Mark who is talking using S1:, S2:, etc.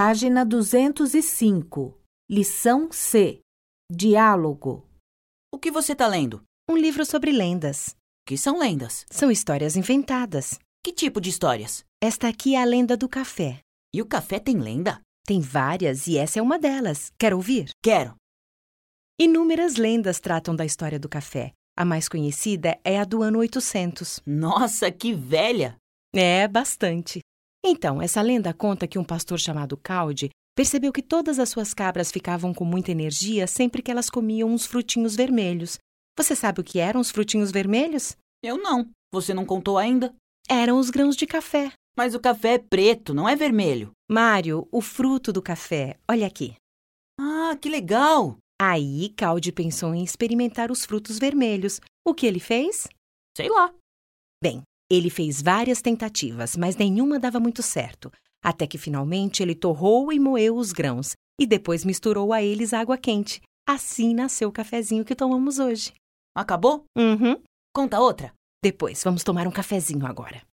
S1: Página 205. Lição C. Diálogo.
S2: O que você está lendo?
S3: Um livro sobre lendas.
S2: O que são lendas?
S3: São histórias inventadas.
S2: Que tipo de histórias?
S3: Esta aqui é a lenda do café.
S2: E o café tem lenda?
S3: Tem várias e essa é uma delas. Quer ouvir?
S2: Quero.
S3: Inúmeras lendas tratam da história do café. A mais conhecida é a do ano 800.
S2: Nossa, que velha!
S3: É, bastante. Então, essa lenda conta que um pastor chamado Calde percebeu que todas as suas cabras ficavam com muita energia sempre que elas comiam uns frutinhos vermelhos. Você sabe o que eram os frutinhos vermelhos?
S2: Eu não. Você não contou ainda?
S3: Eram os grãos de café.
S2: Mas o café é preto, não é vermelho.
S3: Mário, o fruto do café, olha aqui.
S2: Ah, que legal!
S3: Aí, Calde pensou em experimentar os frutos vermelhos. O que ele fez?
S2: Sei lá.
S3: Bem, ele fez várias tentativas, mas nenhuma dava muito certo, até que finalmente ele torrou e moeu os grãos e depois misturou a eles água quente. Assim nasceu o cafezinho que tomamos hoje.
S2: Acabou?
S3: Uhum.
S2: Conta outra.
S3: Depois, vamos tomar um cafezinho agora.